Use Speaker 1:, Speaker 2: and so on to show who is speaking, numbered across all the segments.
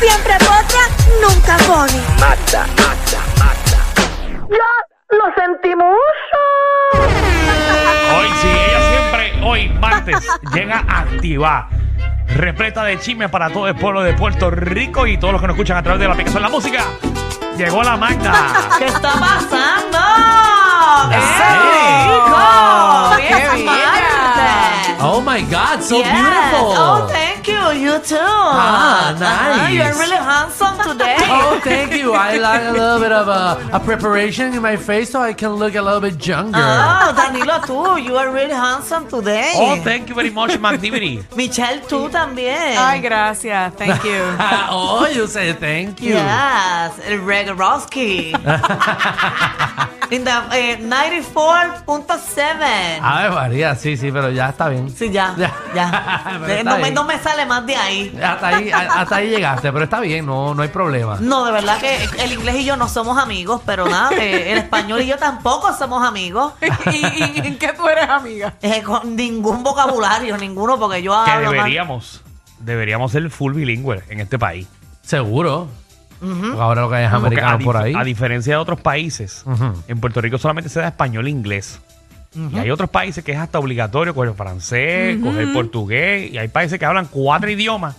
Speaker 1: Siempre potra, nunca pone. ¡Ya lo sentimos!
Speaker 2: Hoy sí, ella siempre, hoy martes, llega activa. Repleta de chismes para todo el pueblo de Puerto Rico y todos los que nos escuchan a través de la aplicación La Música. Llegó la Magda.
Speaker 3: ¿Qué está pasando? ¡Eh! ¡Qué rico! ¡Qué
Speaker 4: bien.
Speaker 3: bien!
Speaker 4: Oh my God, so
Speaker 3: Yes.
Speaker 4: beautiful.
Speaker 3: Oh, thank you. You too.
Speaker 4: Ah,
Speaker 3: Uh-huh,
Speaker 4: nice.
Speaker 3: You're really handsome today.
Speaker 4: Oh, thank you. I like a little bit of a, a preparation in my face so I can look a little bit younger.
Speaker 3: Oh, Danilo, tú. You are really handsome today.
Speaker 2: Oh, thank you very much, Magdivity.
Speaker 3: Michelle, tú también.
Speaker 5: Ay, gracias. Thank you.
Speaker 4: Ah, oh, you say thank you.
Speaker 3: Yes, el Greg Roski. In the eh, 94.7.
Speaker 4: Ay, María, sí, sí, pero ya está bien.
Speaker 3: Sí, ya,
Speaker 4: Ya.
Speaker 3: ya.
Speaker 4: Pero
Speaker 3: Eh,
Speaker 4: está
Speaker 3: No me,
Speaker 4: bien.
Speaker 3: no me sale más de ahí.
Speaker 4: Hasta ahí, a- hasta ahí llegaste, pero está bien, no, no hay problema.
Speaker 3: No, de verdad que el inglés y yo no somos amigos, pero nada, eh, el español y yo tampoco somos amigos.
Speaker 5: ¿Y, y- en qué tú eres amiga?
Speaker 3: Eh, con ningún vocabulario, ninguno, porque yo
Speaker 2: Que
Speaker 3: hablo mal.
Speaker 2: deberíamos, deberíamos ser full bilingüe en este país.
Speaker 4: Seguro. Porque Ahora lo que hay es
Speaker 2: Porque a
Speaker 4: americano
Speaker 2: dif-
Speaker 4: por ahí.
Speaker 2: A diferencia de otros países,
Speaker 4: Ujú.
Speaker 2: en Puerto Rico solamente se da español e inglés. Y hay otros países que es hasta obligatorio coger francés, coger portugués, y hay países que hablan cuatro idiomas.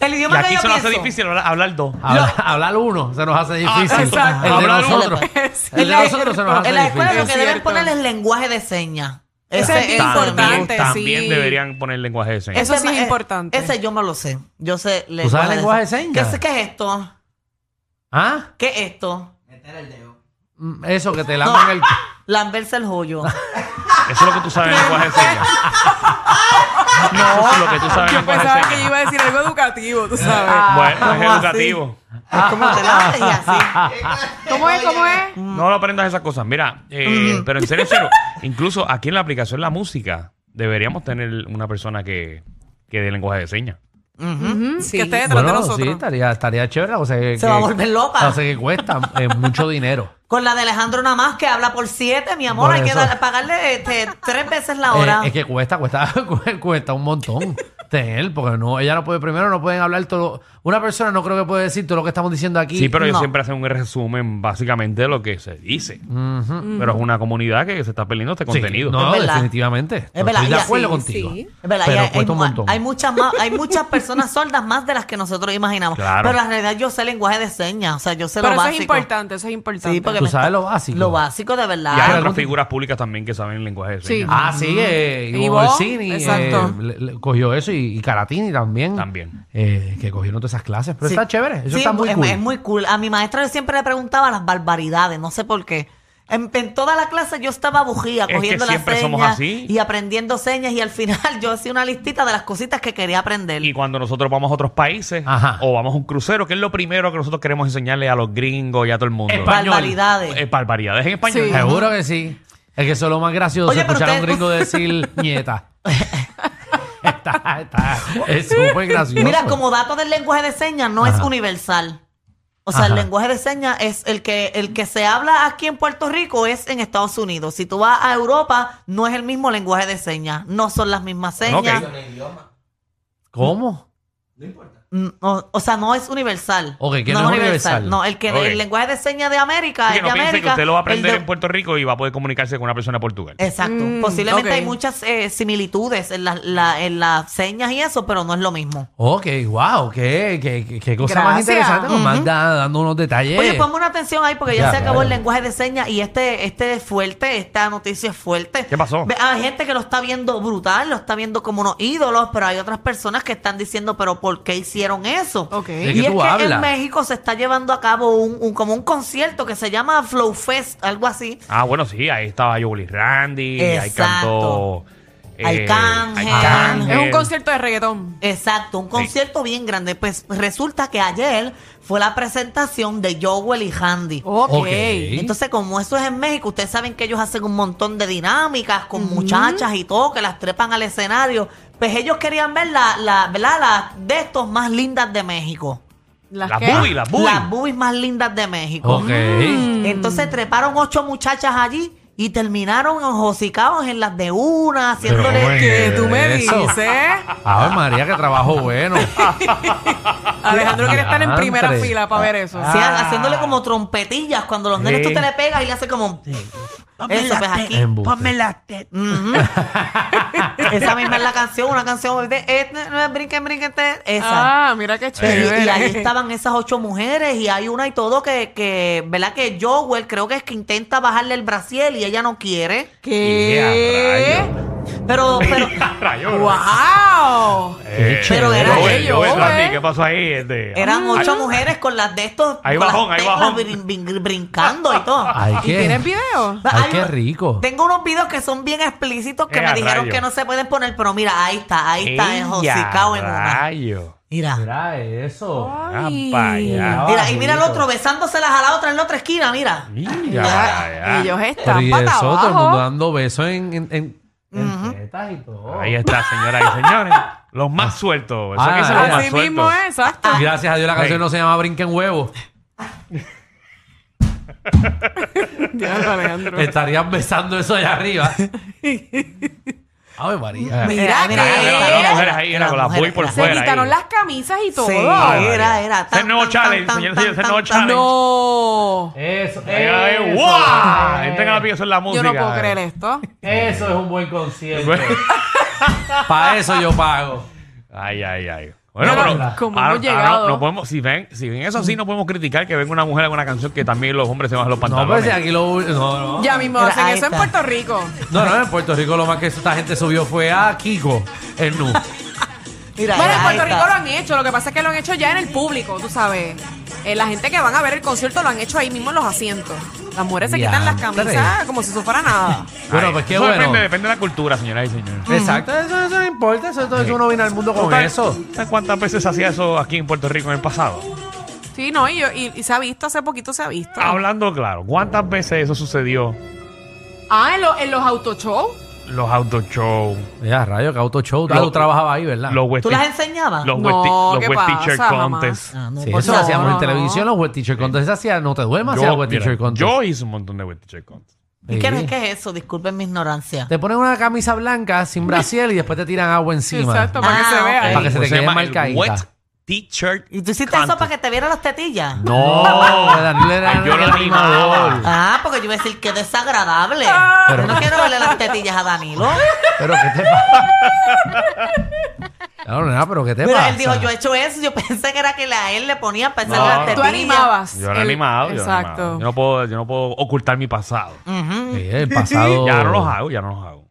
Speaker 3: El
Speaker 2: Y
Speaker 3: idioma que
Speaker 2: aquí
Speaker 3: yo
Speaker 2: se nos hace
Speaker 3: pienso.
Speaker 2: difícil hablar, hablar dos.
Speaker 4: Habla- hablar uno se nos hace difícil.
Speaker 2: Ah, exacto.
Speaker 4: el de
Speaker 2: Hablar uno.
Speaker 4: nosotros. El de
Speaker 3: En la-
Speaker 4: nosotros se nos hace
Speaker 3: En la escuela lo
Speaker 4: difícil.
Speaker 3: que
Speaker 5: Es
Speaker 3: deben
Speaker 5: cierto.
Speaker 3: poner es lenguaje de señas. Ese
Speaker 5: Ese es
Speaker 3: es
Speaker 5: bien
Speaker 3: por mí.
Speaker 5: importante.
Speaker 2: También, también
Speaker 5: sí.
Speaker 2: deberían poner lenguaje de señas.
Speaker 5: Eso sí es
Speaker 3: eh,
Speaker 5: importante.
Speaker 3: Ese yo me lo sé. Yo sé lenguaje
Speaker 4: sabes lenguaje de señas?
Speaker 3: ¿Qué, es- ¿Qué es esto?
Speaker 4: ¿Ah?
Speaker 3: ¿Qué es esto?
Speaker 4: Mm, Eso, que te laman el...
Speaker 3: Lamberse el joyo.
Speaker 2: Eso es lo que tú sabes en lenguaje de señas. Eso es lo que tú sabes en
Speaker 5: Yo
Speaker 2: lenguaje de
Speaker 5: pensaba que yo
Speaker 2: señas.
Speaker 5: iba a decir algo educativo, tú sabes.
Speaker 3: Ah,
Speaker 2: Bueno, es
Speaker 3: ¿Cómo así?
Speaker 2: educativo.
Speaker 3: Es como te lambe y así.
Speaker 5: ¿Cómo es? ¿Cómo es?
Speaker 2: No lo aprendas esas cosas. Mira, eh, pero en serio, en serio, incluso aquí en la aplicación La Música deberíamos tener una persona que, que dé lenguaje de señas.
Speaker 5: Mm, Que esté detrás de
Speaker 4: Bueno, sí,
Speaker 5: nosotros.
Speaker 4: estaría, estaría chévere. la cosa que,
Speaker 3: Se va a
Speaker 4: que-
Speaker 3: volver loca.
Speaker 4: la cosa que cuesta eh, mucho dinero.
Speaker 3: Con la de Alejandro nada más que habla por siete, mi amor,
Speaker 4: Por
Speaker 3: hay que
Speaker 4: eso.
Speaker 3: dar- pagarle este, tres veces la
Speaker 4: Eh,
Speaker 3: hora.
Speaker 4: es que cuesta, cuesta, cu- cuesta un montón tener, porque no, ella no puede, primero no pueden hablar todo. Una persona no creo que puede decir todo lo que estamos diciendo aquí.
Speaker 2: Sí, pero ellos
Speaker 3: no.
Speaker 2: siempre hacen un resumen básicamente de lo que se dice. Pero es una comunidad que se está perdiendo este
Speaker 4: Sí,
Speaker 2: contenido.
Speaker 4: No,
Speaker 3: Es verdad.
Speaker 4: definitivamente. No
Speaker 3: verdad,
Speaker 4: Estoy de
Speaker 3: y-
Speaker 4: acuerdo
Speaker 3: sí,
Speaker 4: contigo.
Speaker 5: sí.
Speaker 3: Es verdad,
Speaker 4: pero
Speaker 3: y hay,
Speaker 4: cuesta un
Speaker 3: hay-
Speaker 4: montón.
Speaker 3: hay muchas más, hay muchas personas sordas más de las que nosotros imaginamos.
Speaker 2: Claro.
Speaker 3: Pero en realidad yo sé lenguaje de señas, o sea, yo sé lo
Speaker 5: Pero eso
Speaker 3: básico.
Speaker 5: es importante, eso es importante.
Speaker 3: Sí, porque
Speaker 4: Tú
Speaker 3: me
Speaker 4: sabes
Speaker 3: está-
Speaker 4: lo básico.
Speaker 3: Lo básico de verdad.
Speaker 2: Y hay
Speaker 4: pero
Speaker 2: otras
Speaker 4: algún-
Speaker 2: figuras públicas también que saben lenguaje de
Speaker 5: Sí.
Speaker 2: señas.
Speaker 4: Ah, sí, eh,
Speaker 5: Y
Speaker 4: Ivo
Speaker 5: vos,
Speaker 4: Orsini, eh,
Speaker 5: exacto.
Speaker 4: le- le- cogió eso y, y Caratini también.
Speaker 2: También.
Speaker 4: Eh, que cogieron todas esas clases. Pero
Speaker 3: Sí.
Speaker 4: está chévere. Eso
Speaker 3: Sí,
Speaker 4: está muy
Speaker 3: es,
Speaker 4: cool.
Speaker 3: es muy cool. A mi maestra yo siempre le preguntaba las barbaridades, no sé por qué. En, en toda la clase yo estaba bujía,
Speaker 2: Es que
Speaker 3: cogiendo las
Speaker 2: siempre
Speaker 3: señas
Speaker 2: somos así.
Speaker 3: y aprendiendo señas y al final yo hacía una listita de las cositas que quería aprender.
Speaker 2: Y cuando nosotros vamos a otros países
Speaker 4: Ajá.
Speaker 2: o vamos a un crucero, ¿qué es lo primero que nosotros queremos enseñarle a los gringos y a todo el mundo?
Speaker 4: Español.
Speaker 3: barbaridades.
Speaker 2: Eh, barbaridades en español.
Speaker 5: Sí.
Speaker 4: Seguro que sí. Es que eso es lo más gracioso,
Speaker 3: Oye, pero
Speaker 4: escuchar a un
Speaker 3: ustedes-
Speaker 4: gringo decir nieta. está, está, es súper gracioso.
Speaker 3: Mira, como dato del lenguaje de señas no es
Speaker 4: Ajá.
Speaker 3: universal. O sea, el
Speaker 4: Ajá.
Speaker 3: lenguaje de señas es el que el que se habla aquí en Puerto Rico es en Estados Unidos. Si tú vas a Europa, no es el mismo lenguaje de señas, no son las mismas señas.
Speaker 2: Ok.
Speaker 4: ¿Cómo?
Speaker 3: Mm, O, o sea, no es universal.
Speaker 4: Ok, que no es universal.
Speaker 3: No, el que
Speaker 2: Ok.
Speaker 3: el lenguaje de señas de América
Speaker 2: Así que
Speaker 3: es de
Speaker 2: no piense
Speaker 3: América.
Speaker 2: que usted lo va a aprender
Speaker 3: el de-
Speaker 2: en Puerto Rico y va a poder comunicarse con una persona de Portugal.
Speaker 3: Exacto.
Speaker 5: Mm,
Speaker 3: Posiblemente
Speaker 5: ok.
Speaker 3: hay muchas eh, similitudes en las la- en las señas y eso, pero no es lo mismo.
Speaker 4: Ok, wow, qué, qué, qué- qué cosa más
Speaker 5: Gracias.
Speaker 4: interesante. Nos manda dando unos detalles.
Speaker 3: Oye, ponme una atención ahí porque ya,
Speaker 4: Eh. Ya,
Speaker 3: se acabó
Speaker 4: claro.
Speaker 3: el lenguaje de señas y este, este es fuerte, esta noticia es fuerte.
Speaker 2: ¿Qué pasó?
Speaker 3: Ve- Hay gente que lo está viendo brutal, lo está viendo como unos ídolos, pero hay otras personas que están diciendo, pero ¿por qué hicieron eso?
Speaker 5: Ok. ¿De
Speaker 3: Y
Speaker 4: qué
Speaker 3: es
Speaker 4: tú
Speaker 3: que en
Speaker 4: hablas?
Speaker 3: México se está llevando a cabo un, un- como un concierto que se llama Flow Fest, algo así.
Speaker 2: Ah, bueno, sí, ahí estaba Yoli Randy, ahí cantó
Speaker 3: Exacto.
Speaker 2: eh,
Speaker 3: Arcángel.
Speaker 5: Es un concierto de reggaetón.
Speaker 3: Exacto, un concierto bien grande. Pues resulta que ayer fue la presentación de Joel y Handy.
Speaker 5: Ok.
Speaker 4: Ok.
Speaker 3: Entonces, como eso es en México, ustedes saben que ellos hacen un montón de dinámicas con muchachas y todo, que las trepan al escenario. Pues ellos querían ver la, la, ¿verdad? las de estos más lindas de México.
Speaker 5: Las
Speaker 2: La
Speaker 5: que-
Speaker 2: Bubi, la Bubi.
Speaker 3: Las boobies más lindas de México.
Speaker 4: Ok.
Speaker 3: Entonces treparon ocho muchachas allí y terminaron enjocicados en las de una,
Speaker 4: Pero, ¿cómo
Speaker 3: haciéndole...
Speaker 4: es
Speaker 5: Que tú me
Speaker 4: eso?
Speaker 5: dices.
Speaker 4: A ver, María, que trabajo bueno.
Speaker 5: Alejandro quiere estar en primera
Speaker 4: Diantre.
Speaker 5: fila para ver eso.
Speaker 3: Sí, haciéndole como trompetillas cuando los nenes tú
Speaker 2: Sí.
Speaker 3: te le pegas y le hace como eso pues aquí
Speaker 4: Embuste.
Speaker 3: Ujú. esa misma es la canción una canción de eh, eh, brinquen brinquen te- esa
Speaker 5: Ah, mira qué
Speaker 3: Y,
Speaker 5: chévere.
Speaker 3: y ahí estaban esas ocho mujeres y hay una y todo que, que ¿verdad? Que Joel creo que es que intenta bajarle el brasiel y ella no quiere.
Speaker 5: ¿Qué?
Speaker 3: Pero, pero,
Speaker 2: "Ah, Rayo.
Speaker 5: ¡Wow!
Speaker 2: Eh,
Speaker 3: Pero era
Speaker 2: Joel,
Speaker 5: ellos,
Speaker 2: Joel,
Speaker 5: Joel.
Speaker 2: Randy, ¿Qué pasó ahí? Este?
Speaker 3: Eran ocho mujeres con las de estos
Speaker 2: Ahí
Speaker 3: con las
Speaker 2: bajón, ahí
Speaker 3: teclas
Speaker 2: bajón.
Speaker 3: brin- brin- brincando y todo.
Speaker 4: Ay,
Speaker 5: ¿Y tienes
Speaker 4: qué,
Speaker 5: video?
Speaker 4: ay,
Speaker 3: Hay
Speaker 4: qué
Speaker 3: un-
Speaker 4: rico.
Speaker 3: Tengo unos videos que son bien explícitos que
Speaker 2: Eh,
Speaker 3: me
Speaker 2: a
Speaker 3: dijeron
Speaker 2: rayo.
Speaker 3: que no se pueden poner, pero mira, ahí está, ahí está, enjocicado en una.
Speaker 2: rayo.
Speaker 3: Mira,
Speaker 4: Mira eso.
Speaker 2: Ah, pa' allá.
Speaker 3: mira, y mira el otro besándoselas a la otra en la otra esquina, mira.
Speaker 2: Mira,
Speaker 5: Ah,
Speaker 2: para allá.
Speaker 5: Ellos
Speaker 4: Pero
Speaker 5: están
Speaker 4: y
Speaker 5: para
Speaker 4: eso, todo el mundo
Speaker 5: abajo.
Speaker 4: dando besos en, en, en, en tetas y todo.
Speaker 2: Ahí está, señoras y señores. Los más sueltos. Eso
Speaker 4: Ah,
Speaker 2: que hizo los más
Speaker 5: Así
Speaker 2: sueltos.
Speaker 5: mismo es, exacto.
Speaker 3: Ah.
Speaker 4: Gracias a Dios la canción
Speaker 2: Hey.
Speaker 4: no se llama Brinquen Huevo.
Speaker 5: Diablo, Alejandro.
Speaker 4: Estarían besando eso allá arriba. Ay, María.
Speaker 3: Mira, mira,
Speaker 2: Ah,
Speaker 3: mira,
Speaker 2: mira,
Speaker 3: mira,
Speaker 2: las mujeres ahí,
Speaker 3: mira,
Speaker 2: era con las
Speaker 3: mujeres,
Speaker 2: boy por
Speaker 3: mira.
Speaker 5: Se
Speaker 2: fuera.
Speaker 5: quitaron
Speaker 2: ahí.
Speaker 5: las camisas y todo.
Speaker 3: Sí,
Speaker 2: Ay,
Speaker 3: era,
Speaker 2: María.
Speaker 3: era.
Speaker 2: Ese es nuevo challenge, señores, ese es el nuevo challenge. Eh,
Speaker 5: No.
Speaker 4: Eso,
Speaker 2: Ahí va, ahí,
Speaker 4: eso.
Speaker 2: ¡guau! Entren a la pieza en la
Speaker 5: Yo
Speaker 2: música.
Speaker 5: no puedo creer esto.
Speaker 4: Eso es un buen concierto. Para eso yo pago.
Speaker 2: Ay, ay, ay. Bueno,
Speaker 5: Pero,
Speaker 2: pero
Speaker 5: ¿cómo
Speaker 2: ahora-
Speaker 5: hemos
Speaker 2: ahora
Speaker 5: llegado?
Speaker 2: no podemos, si ven, si ven eso así, no podemos criticar que venga una mujer con una canción que también los hombres se bajan los
Speaker 4: No, pues, pero
Speaker 2: pantalones.
Speaker 4: si aquí lo. No, no.
Speaker 5: Ya mismo
Speaker 3: Mira,
Speaker 5: hacen
Speaker 3: ahí
Speaker 5: eso en
Speaker 3: está.
Speaker 5: Puerto Rico.
Speaker 4: No, no, en Puerto Rico lo más que esta gente subió fue a Kiko, el nu.
Speaker 3: Mira,
Speaker 5: Bueno, en
Speaker 3: ahí
Speaker 5: Puerto
Speaker 3: está.
Speaker 5: Rico lo han hecho. Lo que pasa es que lo han hecho ya en el público, tú sabes. Eh, la gente que van a ver el concierto lo han hecho ahí mismo en los asientos. Las mujeres se quitan las
Speaker 4: Diantre.
Speaker 5: camisas como si eso fuera nada.
Speaker 2: Ay,
Speaker 4: Bueno, pues qué
Speaker 2: eso
Speaker 4: bueno.
Speaker 2: Depende, depende de la cultura, señoras y señores.
Speaker 4: Exacto, eso, eso no importa, eso, todo eso uno viene al mundo con
Speaker 2: ¿Sabes-
Speaker 4: eso.
Speaker 2: ¿Sabes cuántas veces se hacía eso aquí en Puerto Rico en el pasado?
Speaker 5: Sí, no, y, yo- y- y se ha visto, hace poquito se ha visto.
Speaker 2: Hablando claro, ¿cuántas veces eso sucedió?
Speaker 5: Ah, en, lo- en los autoshows.
Speaker 2: Los autoshows,
Speaker 4: Ya, rayo, que auto show, tú,
Speaker 2: Lo-
Speaker 4: tú trabajabas ahí, ¿verdad?
Speaker 2: los West
Speaker 3: ¿Tú las enseñabas?
Speaker 2: los
Speaker 5: No,
Speaker 2: West, los
Speaker 5: ¿qué
Speaker 2: West Teacher
Speaker 5: pasa, mamá?
Speaker 2: Contest.
Speaker 3: Ah, no,
Speaker 4: Sí,
Speaker 3: pues
Speaker 4: eso
Speaker 3: no.
Speaker 4: lo hacíamos en
Speaker 5: no.
Speaker 4: televisión, los web teacher contest. Eso hacía, no te duermas, hacía web teacher
Speaker 2: mira,
Speaker 4: contest.
Speaker 2: yo hice un montón de West Teacher Contest.
Speaker 3: ¿Y qué,
Speaker 4: Sí.
Speaker 3: es- qué es eso? Disculpen mi ignorancia.
Speaker 4: Te ponen una camisa blanca sin brasier y después te tiran agua encima.
Speaker 5: Exacto, para que
Speaker 3: Ah,
Speaker 5: se
Speaker 3: ok.
Speaker 5: vea. eh.
Speaker 4: Para que se te
Speaker 2: Eso
Speaker 4: quede
Speaker 2: llama el
Speaker 4: marcadita.
Speaker 2: Wet Teacher
Speaker 3: ¿Y tú hiciste
Speaker 2: Contest.
Speaker 3: eso para que te vieran las tetillas?
Speaker 4: No, Daniel era
Speaker 2: Ay, yo
Speaker 4: el
Speaker 2: lo animador.
Speaker 3: Ah, porque yo iba a decir que desagradable.
Speaker 5: Ah.
Speaker 4: Pero-
Speaker 3: Yo no quiero verle las tetillas a Danilo.
Speaker 4: Pero qué te pasa. Claro, nada, pero qué te
Speaker 3: Pero
Speaker 4: pasa.
Speaker 3: él dijo, yo he hecho eso. Yo pensé que era que la- a él le ponía para
Speaker 2: No,
Speaker 3: hacerle las
Speaker 2: no.
Speaker 5: Tú
Speaker 3: tetillas.
Speaker 5: animabas.
Speaker 2: Yo era
Speaker 5: el-
Speaker 2: animado. Yo era
Speaker 5: Eh, Exacto.
Speaker 2: animado. Yo no puedo, yo no puedo ocultar mi pasado.
Speaker 4: Sí, el pasado.
Speaker 2: Ya no los hago, ya no los hago.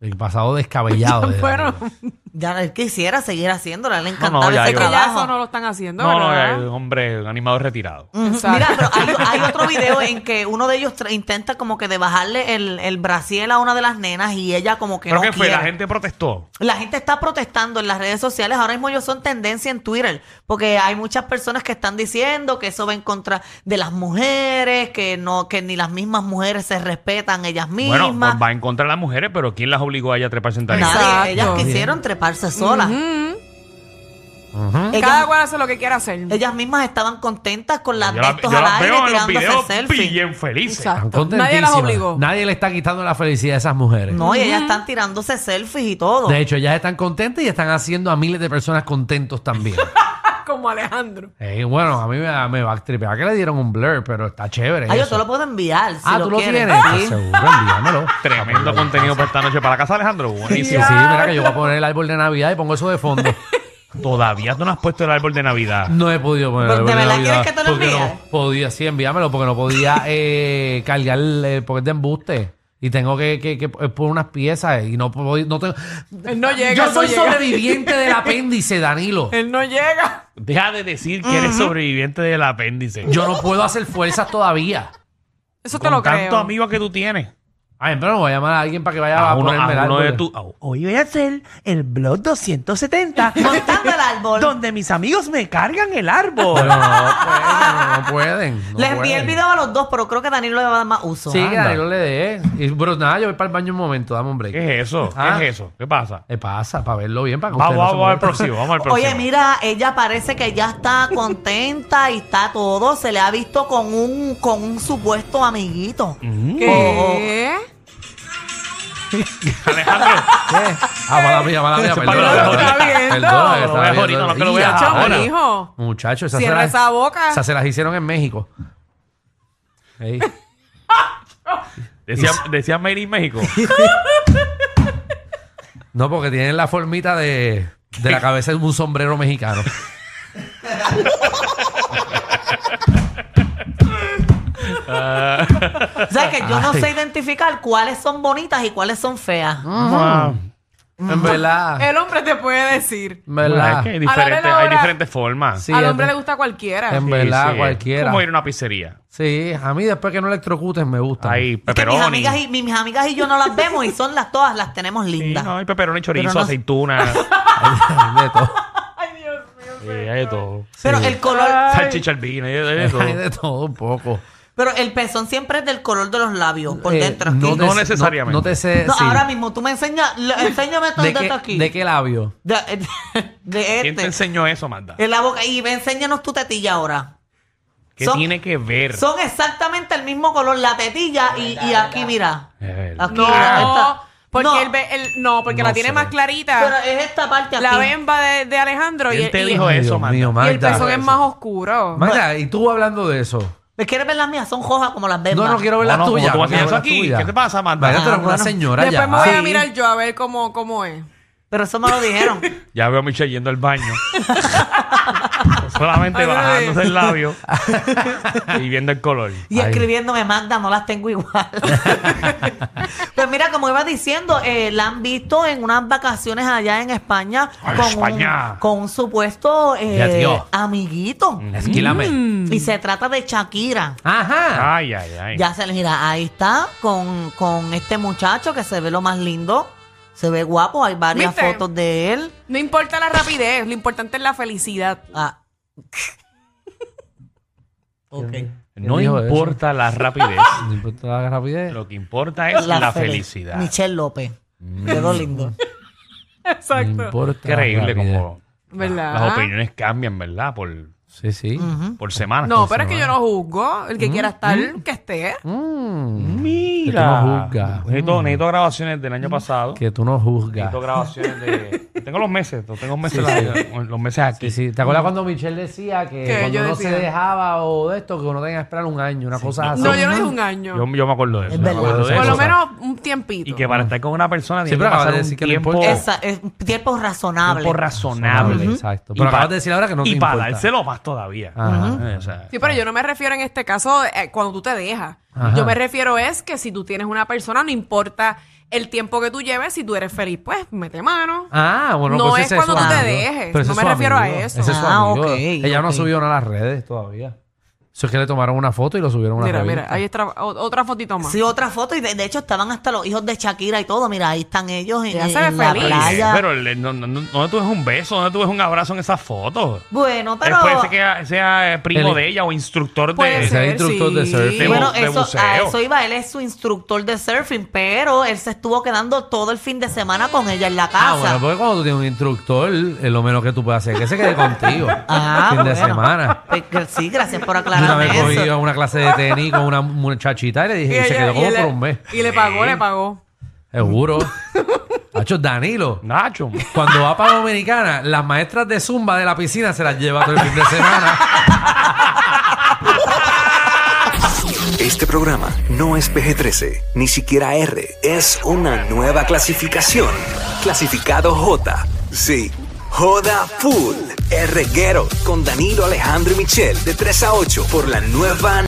Speaker 4: El pasado descabellado. de
Speaker 5: Bueno,
Speaker 4: Daniel.
Speaker 3: Ya él quisiera seguir haciéndolo, a él le
Speaker 2: no,
Speaker 3: encantaba
Speaker 2: ya
Speaker 3: ese
Speaker 2: yo-
Speaker 5: que ya
Speaker 3: trabajo.
Speaker 5: eso no lo están haciendo,
Speaker 2: No, no,
Speaker 5: ¿verdad?
Speaker 2: eh, hombre, un animado retirado.
Speaker 3: Mm.
Speaker 5: Exacto.
Speaker 3: Mira, pero hay, hay otro video en que uno de ellos tra- intenta como que de bajarle el, el brasiel a una de las nenas y ella como que
Speaker 2: Creo
Speaker 3: no
Speaker 2: que fue,
Speaker 3: quiere.
Speaker 2: la gente protestó.
Speaker 3: La gente está protestando en las redes sociales. Ahora mismo ellos son tendencia en Twitter. Porque hay muchas personas que están diciendo que eso va en contra de las mujeres, que no, que ni las mismas mujeres se respetan ellas mismas.
Speaker 2: Bueno, pues va en contra de las mujeres, pero ¿quién las obligó a ella a treparse en tarima?
Speaker 3: Nadie,
Speaker 5: Exacto.
Speaker 3: ellas quisieron treparse solas.
Speaker 4: Ujú.
Speaker 3: ellas,
Speaker 5: Cada cual hace lo que quiera hacer.
Speaker 3: ellas mismas estaban contentas con las
Speaker 2: Yo
Speaker 3: de
Speaker 2: la-
Speaker 3: estos
Speaker 2: yo
Speaker 3: al
Speaker 2: las
Speaker 3: aire
Speaker 2: veo en los
Speaker 3: tirándose
Speaker 2: videos
Speaker 3: selfies.
Speaker 2: bien felices.
Speaker 5: Exacto.
Speaker 4: Están
Speaker 5: Nadie las
Speaker 4: contentísimas.
Speaker 5: obligó.
Speaker 4: Nadie le está quitando la felicidad a esas mujeres.
Speaker 3: No, y ellas están tirándose selfies y todo.
Speaker 4: De hecho, ellas están contentas y están haciendo a miles de personas contentos también.
Speaker 5: Como Alejandro.
Speaker 4: Eh, bueno, a mí me, me va a tripear que le dieron un blur, pero está chévere.
Speaker 3: Ah, yo
Speaker 4: eso.
Speaker 3: te lo puedo enviar. Si
Speaker 4: ah, tú lo
Speaker 3: quieres,
Speaker 4: tienes. Ah,
Speaker 3: sí.
Speaker 4: seguro, envíamelo.
Speaker 2: Tremendo contenido para esta noche. Para la casa, Alejandro.
Speaker 4: Sí, sí,
Speaker 2: Buenísimo.
Speaker 4: mira que yo voy a poner el árbol de Navidad y pongo eso de fondo.
Speaker 2: Todavía tú no has puesto el árbol de Navidad.
Speaker 4: No he podido poner el
Speaker 3: Pero,
Speaker 4: árbol
Speaker 3: Pues ¿de
Speaker 4: de
Speaker 3: verdad
Speaker 4: Navidad.
Speaker 3: quieres que te lo
Speaker 4: porque
Speaker 3: envíe?
Speaker 4: no podía, sí, envíamelo, porque no podía eh, cargar el eh, porque es de embuste. Y tengo que, que, que poner unas piezas y no puedo. No tengo...
Speaker 5: Él no llega.
Speaker 4: Yo
Speaker 5: él no
Speaker 4: soy
Speaker 5: llega.
Speaker 4: sobreviviente del apéndice, Danilo.
Speaker 5: Él no llega.
Speaker 2: Deja de decir que eres sobreviviente del apéndice.
Speaker 4: Yo no puedo hacer fuerzas todavía.
Speaker 5: Eso te
Speaker 2: Con
Speaker 5: lo creo.
Speaker 2: tanto amigo que tú tienes.
Speaker 4: Ay, pero no voy a llamar a alguien para que vaya a,
Speaker 2: a uno,
Speaker 4: ponerme el
Speaker 2: a uno de
Speaker 4: árbol.
Speaker 2: tu... oh, a-
Speaker 6: Hoy voy a hacer el blog 270
Speaker 3: Montando el árbol.
Speaker 6: donde mis amigos me cargan el
Speaker 4: Pero no,
Speaker 6: árbol.
Speaker 4: pueden, no pueden. no
Speaker 3: Les envié el
Speaker 4: pueden.
Speaker 3: video a los dos, pero creo que Danilo le va a dar más uso. ¿ah?
Speaker 4: Sí, que
Speaker 2: Anda.
Speaker 4: Danilo le dé. Y, Pero nada, yo voy para el baño un momento, dame un break.
Speaker 2: ¿Qué es eso?
Speaker 4: Ah.
Speaker 2: ¿Qué es eso? ¿Qué pasa?
Speaker 4: Eh, pasa? Para verlo bien, para que ustedes
Speaker 2: Vamos,
Speaker 4: no se
Speaker 2: vamos al
Speaker 4: molesten.
Speaker 2: próximo, vamos al próximo.
Speaker 3: Oye, mira, ella parece que ya está contenta y está todo. Se le ha visto con un, con un supuesto amiguito.
Speaker 5: ¿Qué?
Speaker 2: Alejandro,
Speaker 4: Ah, mala mía, mala mía,
Speaker 2: Ese
Speaker 4: perdona.
Speaker 2: palo lo
Speaker 4: perdona,
Speaker 5: está viendo.
Speaker 4: Perdona, que
Speaker 2: No lo
Speaker 4: estaba
Speaker 2: veas
Speaker 4: viendo.
Speaker 2: ahorita, no que lo veas
Speaker 4: Ya,
Speaker 2: ahora.
Speaker 4: bueno.
Speaker 5: hijo.
Speaker 4: Muchachos, esas
Speaker 5: Cierra
Speaker 4: se las-
Speaker 5: esa boca.
Speaker 4: Esas se las hicieron en México. Ey.
Speaker 2: decía, decía Made in México.
Speaker 4: No, porque tienen la formita de, de la cabeza de un sombrero mexicano.
Speaker 3: O sea que yo no sé identificar cuáles son bonitas y cuáles son feas.
Speaker 2: Ah,
Speaker 4: En verdad.
Speaker 5: El hombre te puede decir.
Speaker 4: En
Speaker 2: bueno, es
Speaker 4: verdad.
Speaker 2: que hay,
Speaker 5: A la hora de la
Speaker 2: diferentes, hay
Speaker 5: hora.
Speaker 2: diferentes formas.
Speaker 4: Sí,
Speaker 5: Al
Speaker 4: es-
Speaker 5: hombre le gusta cualquiera.
Speaker 4: En
Speaker 2: Sí,
Speaker 4: verdad,
Speaker 2: sí.
Speaker 4: cualquiera.
Speaker 2: Como ir a una pizzería.
Speaker 4: Sí, a mí después que no electrocuten me gusta.
Speaker 2: Hay
Speaker 3: Es que mis
Speaker 2: pepperoni.
Speaker 3: amigas, y, mis mis amigas y yo no las vemos y son las todas, las tenemos
Speaker 2: Sí,
Speaker 3: lindas.
Speaker 2: no, hay pepperoni, chorizo,
Speaker 3: Pero no-
Speaker 2: aceituna.
Speaker 4: de todo.
Speaker 2: Sí, hay de todo.
Speaker 3: Pero el color,
Speaker 2: Salchicha al vino, hay de- hay de todo.
Speaker 4: Hay de todo un poco.
Speaker 3: pero el pezón siempre es del color de los labios, por
Speaker 4: Eh,
Speaker 3: dentro aquí.
Speaker 4: no,
Speaker 3: No,
Speaker 4: te-
Speaker 2: No necesariamente.
Speaker 4: No, te sé. sí.
Speaker 3: ahora mismo, tú me enseñas, lo- enséñame todo
Speaker 4: ¿De
Speaker 3: el dato
Speaker 4: qué,
Speaker 3: aquí.
Speaker 4: ¿De qué labio?
Speaker 3: De- de
Speaker 2: ¿Quién te
Speaker 3: este.
Speaker 2: enseñó eso, Manda?
Speaker 3: En la boca. Y ve, enséñanos tu tetilla ahora.
Speaker 2: ¿Qué
Speaker 3: son-
Speaker 2: tiene que ver?
Speaker 3: Son exactamente el mismo color, la tetilla y, y aquí, mira.
Speaker 2: Es verdad. Ah,
Speaker 3: Aquí, mira,
Speaker 5: No,
Speaker 3: esta-
Speaker 5: porque
Speaker 3: No,
Speaker 5: él ve- él- no, porque
Speaker 4: No
Speaker 5: la tiene
Speaker 4: sé.
Speaker 5: más clarita.
Speaker 3: Pero es esta parte aquí.
Speaker 5: la bemba de, de Alejandro y,
Speaker 2: ¿Quién
Speaker 5: el-
Speaker 2: te
Speaker 5: y-
Speaker 2: dijo
Speaker 4: Ay,
Speaker 2: eso,
Speaker 4: Dios
Speaker 2: Manda?
Speaker 4: mío,
Speaker 5: y
Speaker 4: Magda.
Speaker 5: el pezón es más oscuro.
Speaker 4: Magda, y tú hablando de eso.
Speaker 3: ¿Me quieres ver las mías? Son hojas como las de
Speaker 4: No, no quiero ver
Speaker 2: No,
Speaker 4: las
Speaker 2: no, ¿cómo
Speaker 4: tuyas.
Speaker 2: tú vas a
Speaker 4: quiero ver
Speaker 2: hacer eso
Speaker 4: las
Speaker 2: aquí?
Speaker 4: tuyas.
Speaker 2: ¿Qué te pasa, Magda?
Speaker 4: Magda, tú eres
Speaker 3: Ah,
Speaker 4: una
Speaker 3: bueno.
Speaker 4: señora
Speaker 5: Después
Speaker 4: ya.
Speaker 5: me voy
Speaker 4: Sí.
Speaker 5: a mirar yo a ver cómo, cómo es.
Speaker 3: Pero eso me lo dijeron.
Speaker 2: Ya veo a Michelle yendo al baño. Solamente
Speaker 5: Ay, no,
Speaker 2: bajándose
Speaker 5: no.
Speaker 2: el labio y viendo el color.
Speaker 3: Y
Speaker 4: Ay.
Speaker 3: escribiéndome, Magda, no las tengo igual. pues mira, como iba diciendo, eh, la han visto en unas vacaciones allá en España
Speaker 2: Ay,
Speaker 3: con,
Speaker 2: España.
Speaker 3: Un, con un supuesto eh,
Speaker 4: Ya, tío.
Speaker 3: amiguito.
Speaker 4: Mm. Esquílame.
Speaker 3: Y se trata de Shakira.
Speaker 4: Ajá.
Speaker 2: Ay, ay, ay.
Speaker 3: Ya se le mira, ahí está, con, con este muchacho que se ve lo más lindo. Se ve guapo, hay varias
Speaker 5: ¿Viste?
Speaker 3: fotos de él.
Speaker 5: No importa la rapidez, lo importante es la felicidad.
Speaker 3: Ah. Ok.
Speaker 2: No
Speaker 4: ¿Quién dijo eso?
Speaker 2: importa la rapidez.
Speaker 4: No importa la rapidez.
Speaker 2: Lo que importa es la,
Speaker 3: fel-
Speaker 2: felicidad. Mm.
Speaker 3: Michelle López. Quedó lindo.
Speaker 4: No
Speaker 5: Exacto.
Speaker 4: importa la
Speaker 2: Increíble
Speaker 4: rapidez.
Speaker 2: como
Speaker 5: ¿Verdad?
Speaker 2: las opiniones cambian, ¿verdad? Por,
Speaker 4: Sí, sí.
Speaker 2: por semana.
Speaker 5: No, pero es que yo no juzgo. El que quiera estar, que esté.
Speaker 4: Mm. Que
Speaker 2: Mira.
Speaker 4: tú no Mm. juzgas.
Speaker 2: Necesito, necesito grabaciones del año pasado.
Speaker 4: Que tú no juzgas.
Speaker 2: Necesito grabaciones de... Tengo los meses. Tengo meses la- los meses aquí.
Speaker 4: Sí, sí. ¿Te acuerdas cuando Michelle decía que,
Speaker 5: Que
Speaker 4: cuando
Speaker 5: yo
Speaker 4: no
Speaker 5: decía.
Speaker 4: se dejaba o de esto, que uno tenía que esperar un año, una cosa así?
Speaker 5: No, yo no dije un año.
Speaker 2: Yo, yo me acuerdo de eso.
Speaker 3: Es
Speaker 2: me
Speaker 3: verdad.
Speaker 2: acuerdo de
Speaker 5: Por lo
Speaker 2: eso.
Speaker 5: menos un tiempito.
Speaker 2: Y que para estar con una persona
Speaker 4: Sí,
Speaker 2: tiene
Speaker 4: pero
Speaker 2: que
Speaker 4: acabas
Speaker 2: pasar
Speaker 4: de
Speaker 2: un
Speaker 4: decir que no
Speaker 2: tiempo,
Speaker 4: importa.
Speaker 3: Esa- es un tiempo razonable.
Speaker 2: Oh. tiempo razonable.
Speaker 4: Ujú. Exacto.
Speaker 2: Y
Speaker 4: Pero
Speaker 2: pa-
Speaker 4: acabas de decir ahora que no te
Speaker 2: Y para
Speaker 4: importa.
Speaker 2: dárselo más todavía.
Speaker 4: Ajá.
Speaker 2: Eh, o sea,
Speaker 5: Sí, pero yo no me refiero en este caso eh, cuando tú te dejas.
Speaker 4: Ajá.
Speaker 5: Yo me refiero es que si tú tienes una persona, no importa el tiempo que tú lleves, si tú eres feliz, pues mete mano.
Speaker 4: Ah, bueno,
Speaker 5: No
Speaker 4: pues
Speaker 5: es
Speaker 4: ese
Speaker 5: cuando
Speaker 4: su
Speaker 5: tú te
Speaker 4: amigo.
Speaker 5: dejes.
Speaker 4: Pero ese
Speaker 5: No
Speaker 4: es
Speaker 5: me
Speaker 4: su
Speaker 5: refiero a
Speaker 4: amigo.
Speaker 5: eso.
Speaker 4: Ese es su
Speaker 3: Ah,
Speaker 4: amigo.
Speaker 3: ok,
Speaker 4: Ella no
Speaker 3: ok.
Speaker 4: subió nada a las redes todavía. Eso es que le tomaron una foto y lo subieron a la
Speaker 5: Mira,
Speaker 4: revista.
Speaker 5: mira, ahí está o- otra fotito más.
Speaker 3: Sí, otra foto. Y de, de hecho estaban hasta los hijos de Shakira y todo. Mira, ahí están ellos en,
Speaker 5: Ella se
Speaker 3: en
Speaker 5: ve
Speaker 3: la
Speaker 5: feliz.
Speaker 3: playa.
Speaker 2: eh, Pero le- no, no, no, ¿dónde tú ves un beso? ¿Dónde tú ves un abrazo en esas fotos?
Speaker 3: bueno, pero...
Speaker 2: Después se queda- sea eh, primo
Speaker 4: El-
Speaker 2: de ella o instructor
Speaker 5: Puede
Speaker 2: de...
Speaker 4: Ese
Speaker 5: ser,
Speaker 4: instructor de
Speaker 5: sí.
Speaker 4: surfing.
Speaker 2: Bueno,
Speaker 3: Bueno,
Speaker 2: de
Speaker 3: eso,
Speaker 2: buceo.
Speaker 3: a eso iba. Él es su instructor de surfing, pero él se estuvo quedando todo el fin de semana con ella en la casa.
Speaker 4: Ah, bueno, porque cuando tú tienes un instructor, eh, lo menos que tú puedes hacer es que se quede contigo.
Speaker 3: Ah,
Speaker 4: fin de
Speaker 3: bueno.
Speaker 4: semana.
Speaker 3: Eh, que- Sí, gracias por
Speaker 4: Yo una
Speaker 3: aclararme
Speaker 4: vez cogí
Speaker 3: eso.
Speaker 4: a una clase de tenis con una muchachita y le dije, y se
Speaker 5: ella-
Speaker 4: quedó como
Speaker 5: él-
Speaker 4: por un mes.
Speaker 5: y le pagó, le pagó.
Speaker 4: Seguro. Hacho, Danilo.
Speaker 2: Nacho.
Speaker 4: Cuando va para Dominicana, las maestras de zumba de la piscina se las lleva todo el fin de semana.
Speaker 7: Este programa no es PG-13, ni siquiera R. Es una nueva clasificación. Clasificado J. Sí. Joda Full. R. Guerrero con Danilo Alejandro y Michel de 3 a 8 por la nueva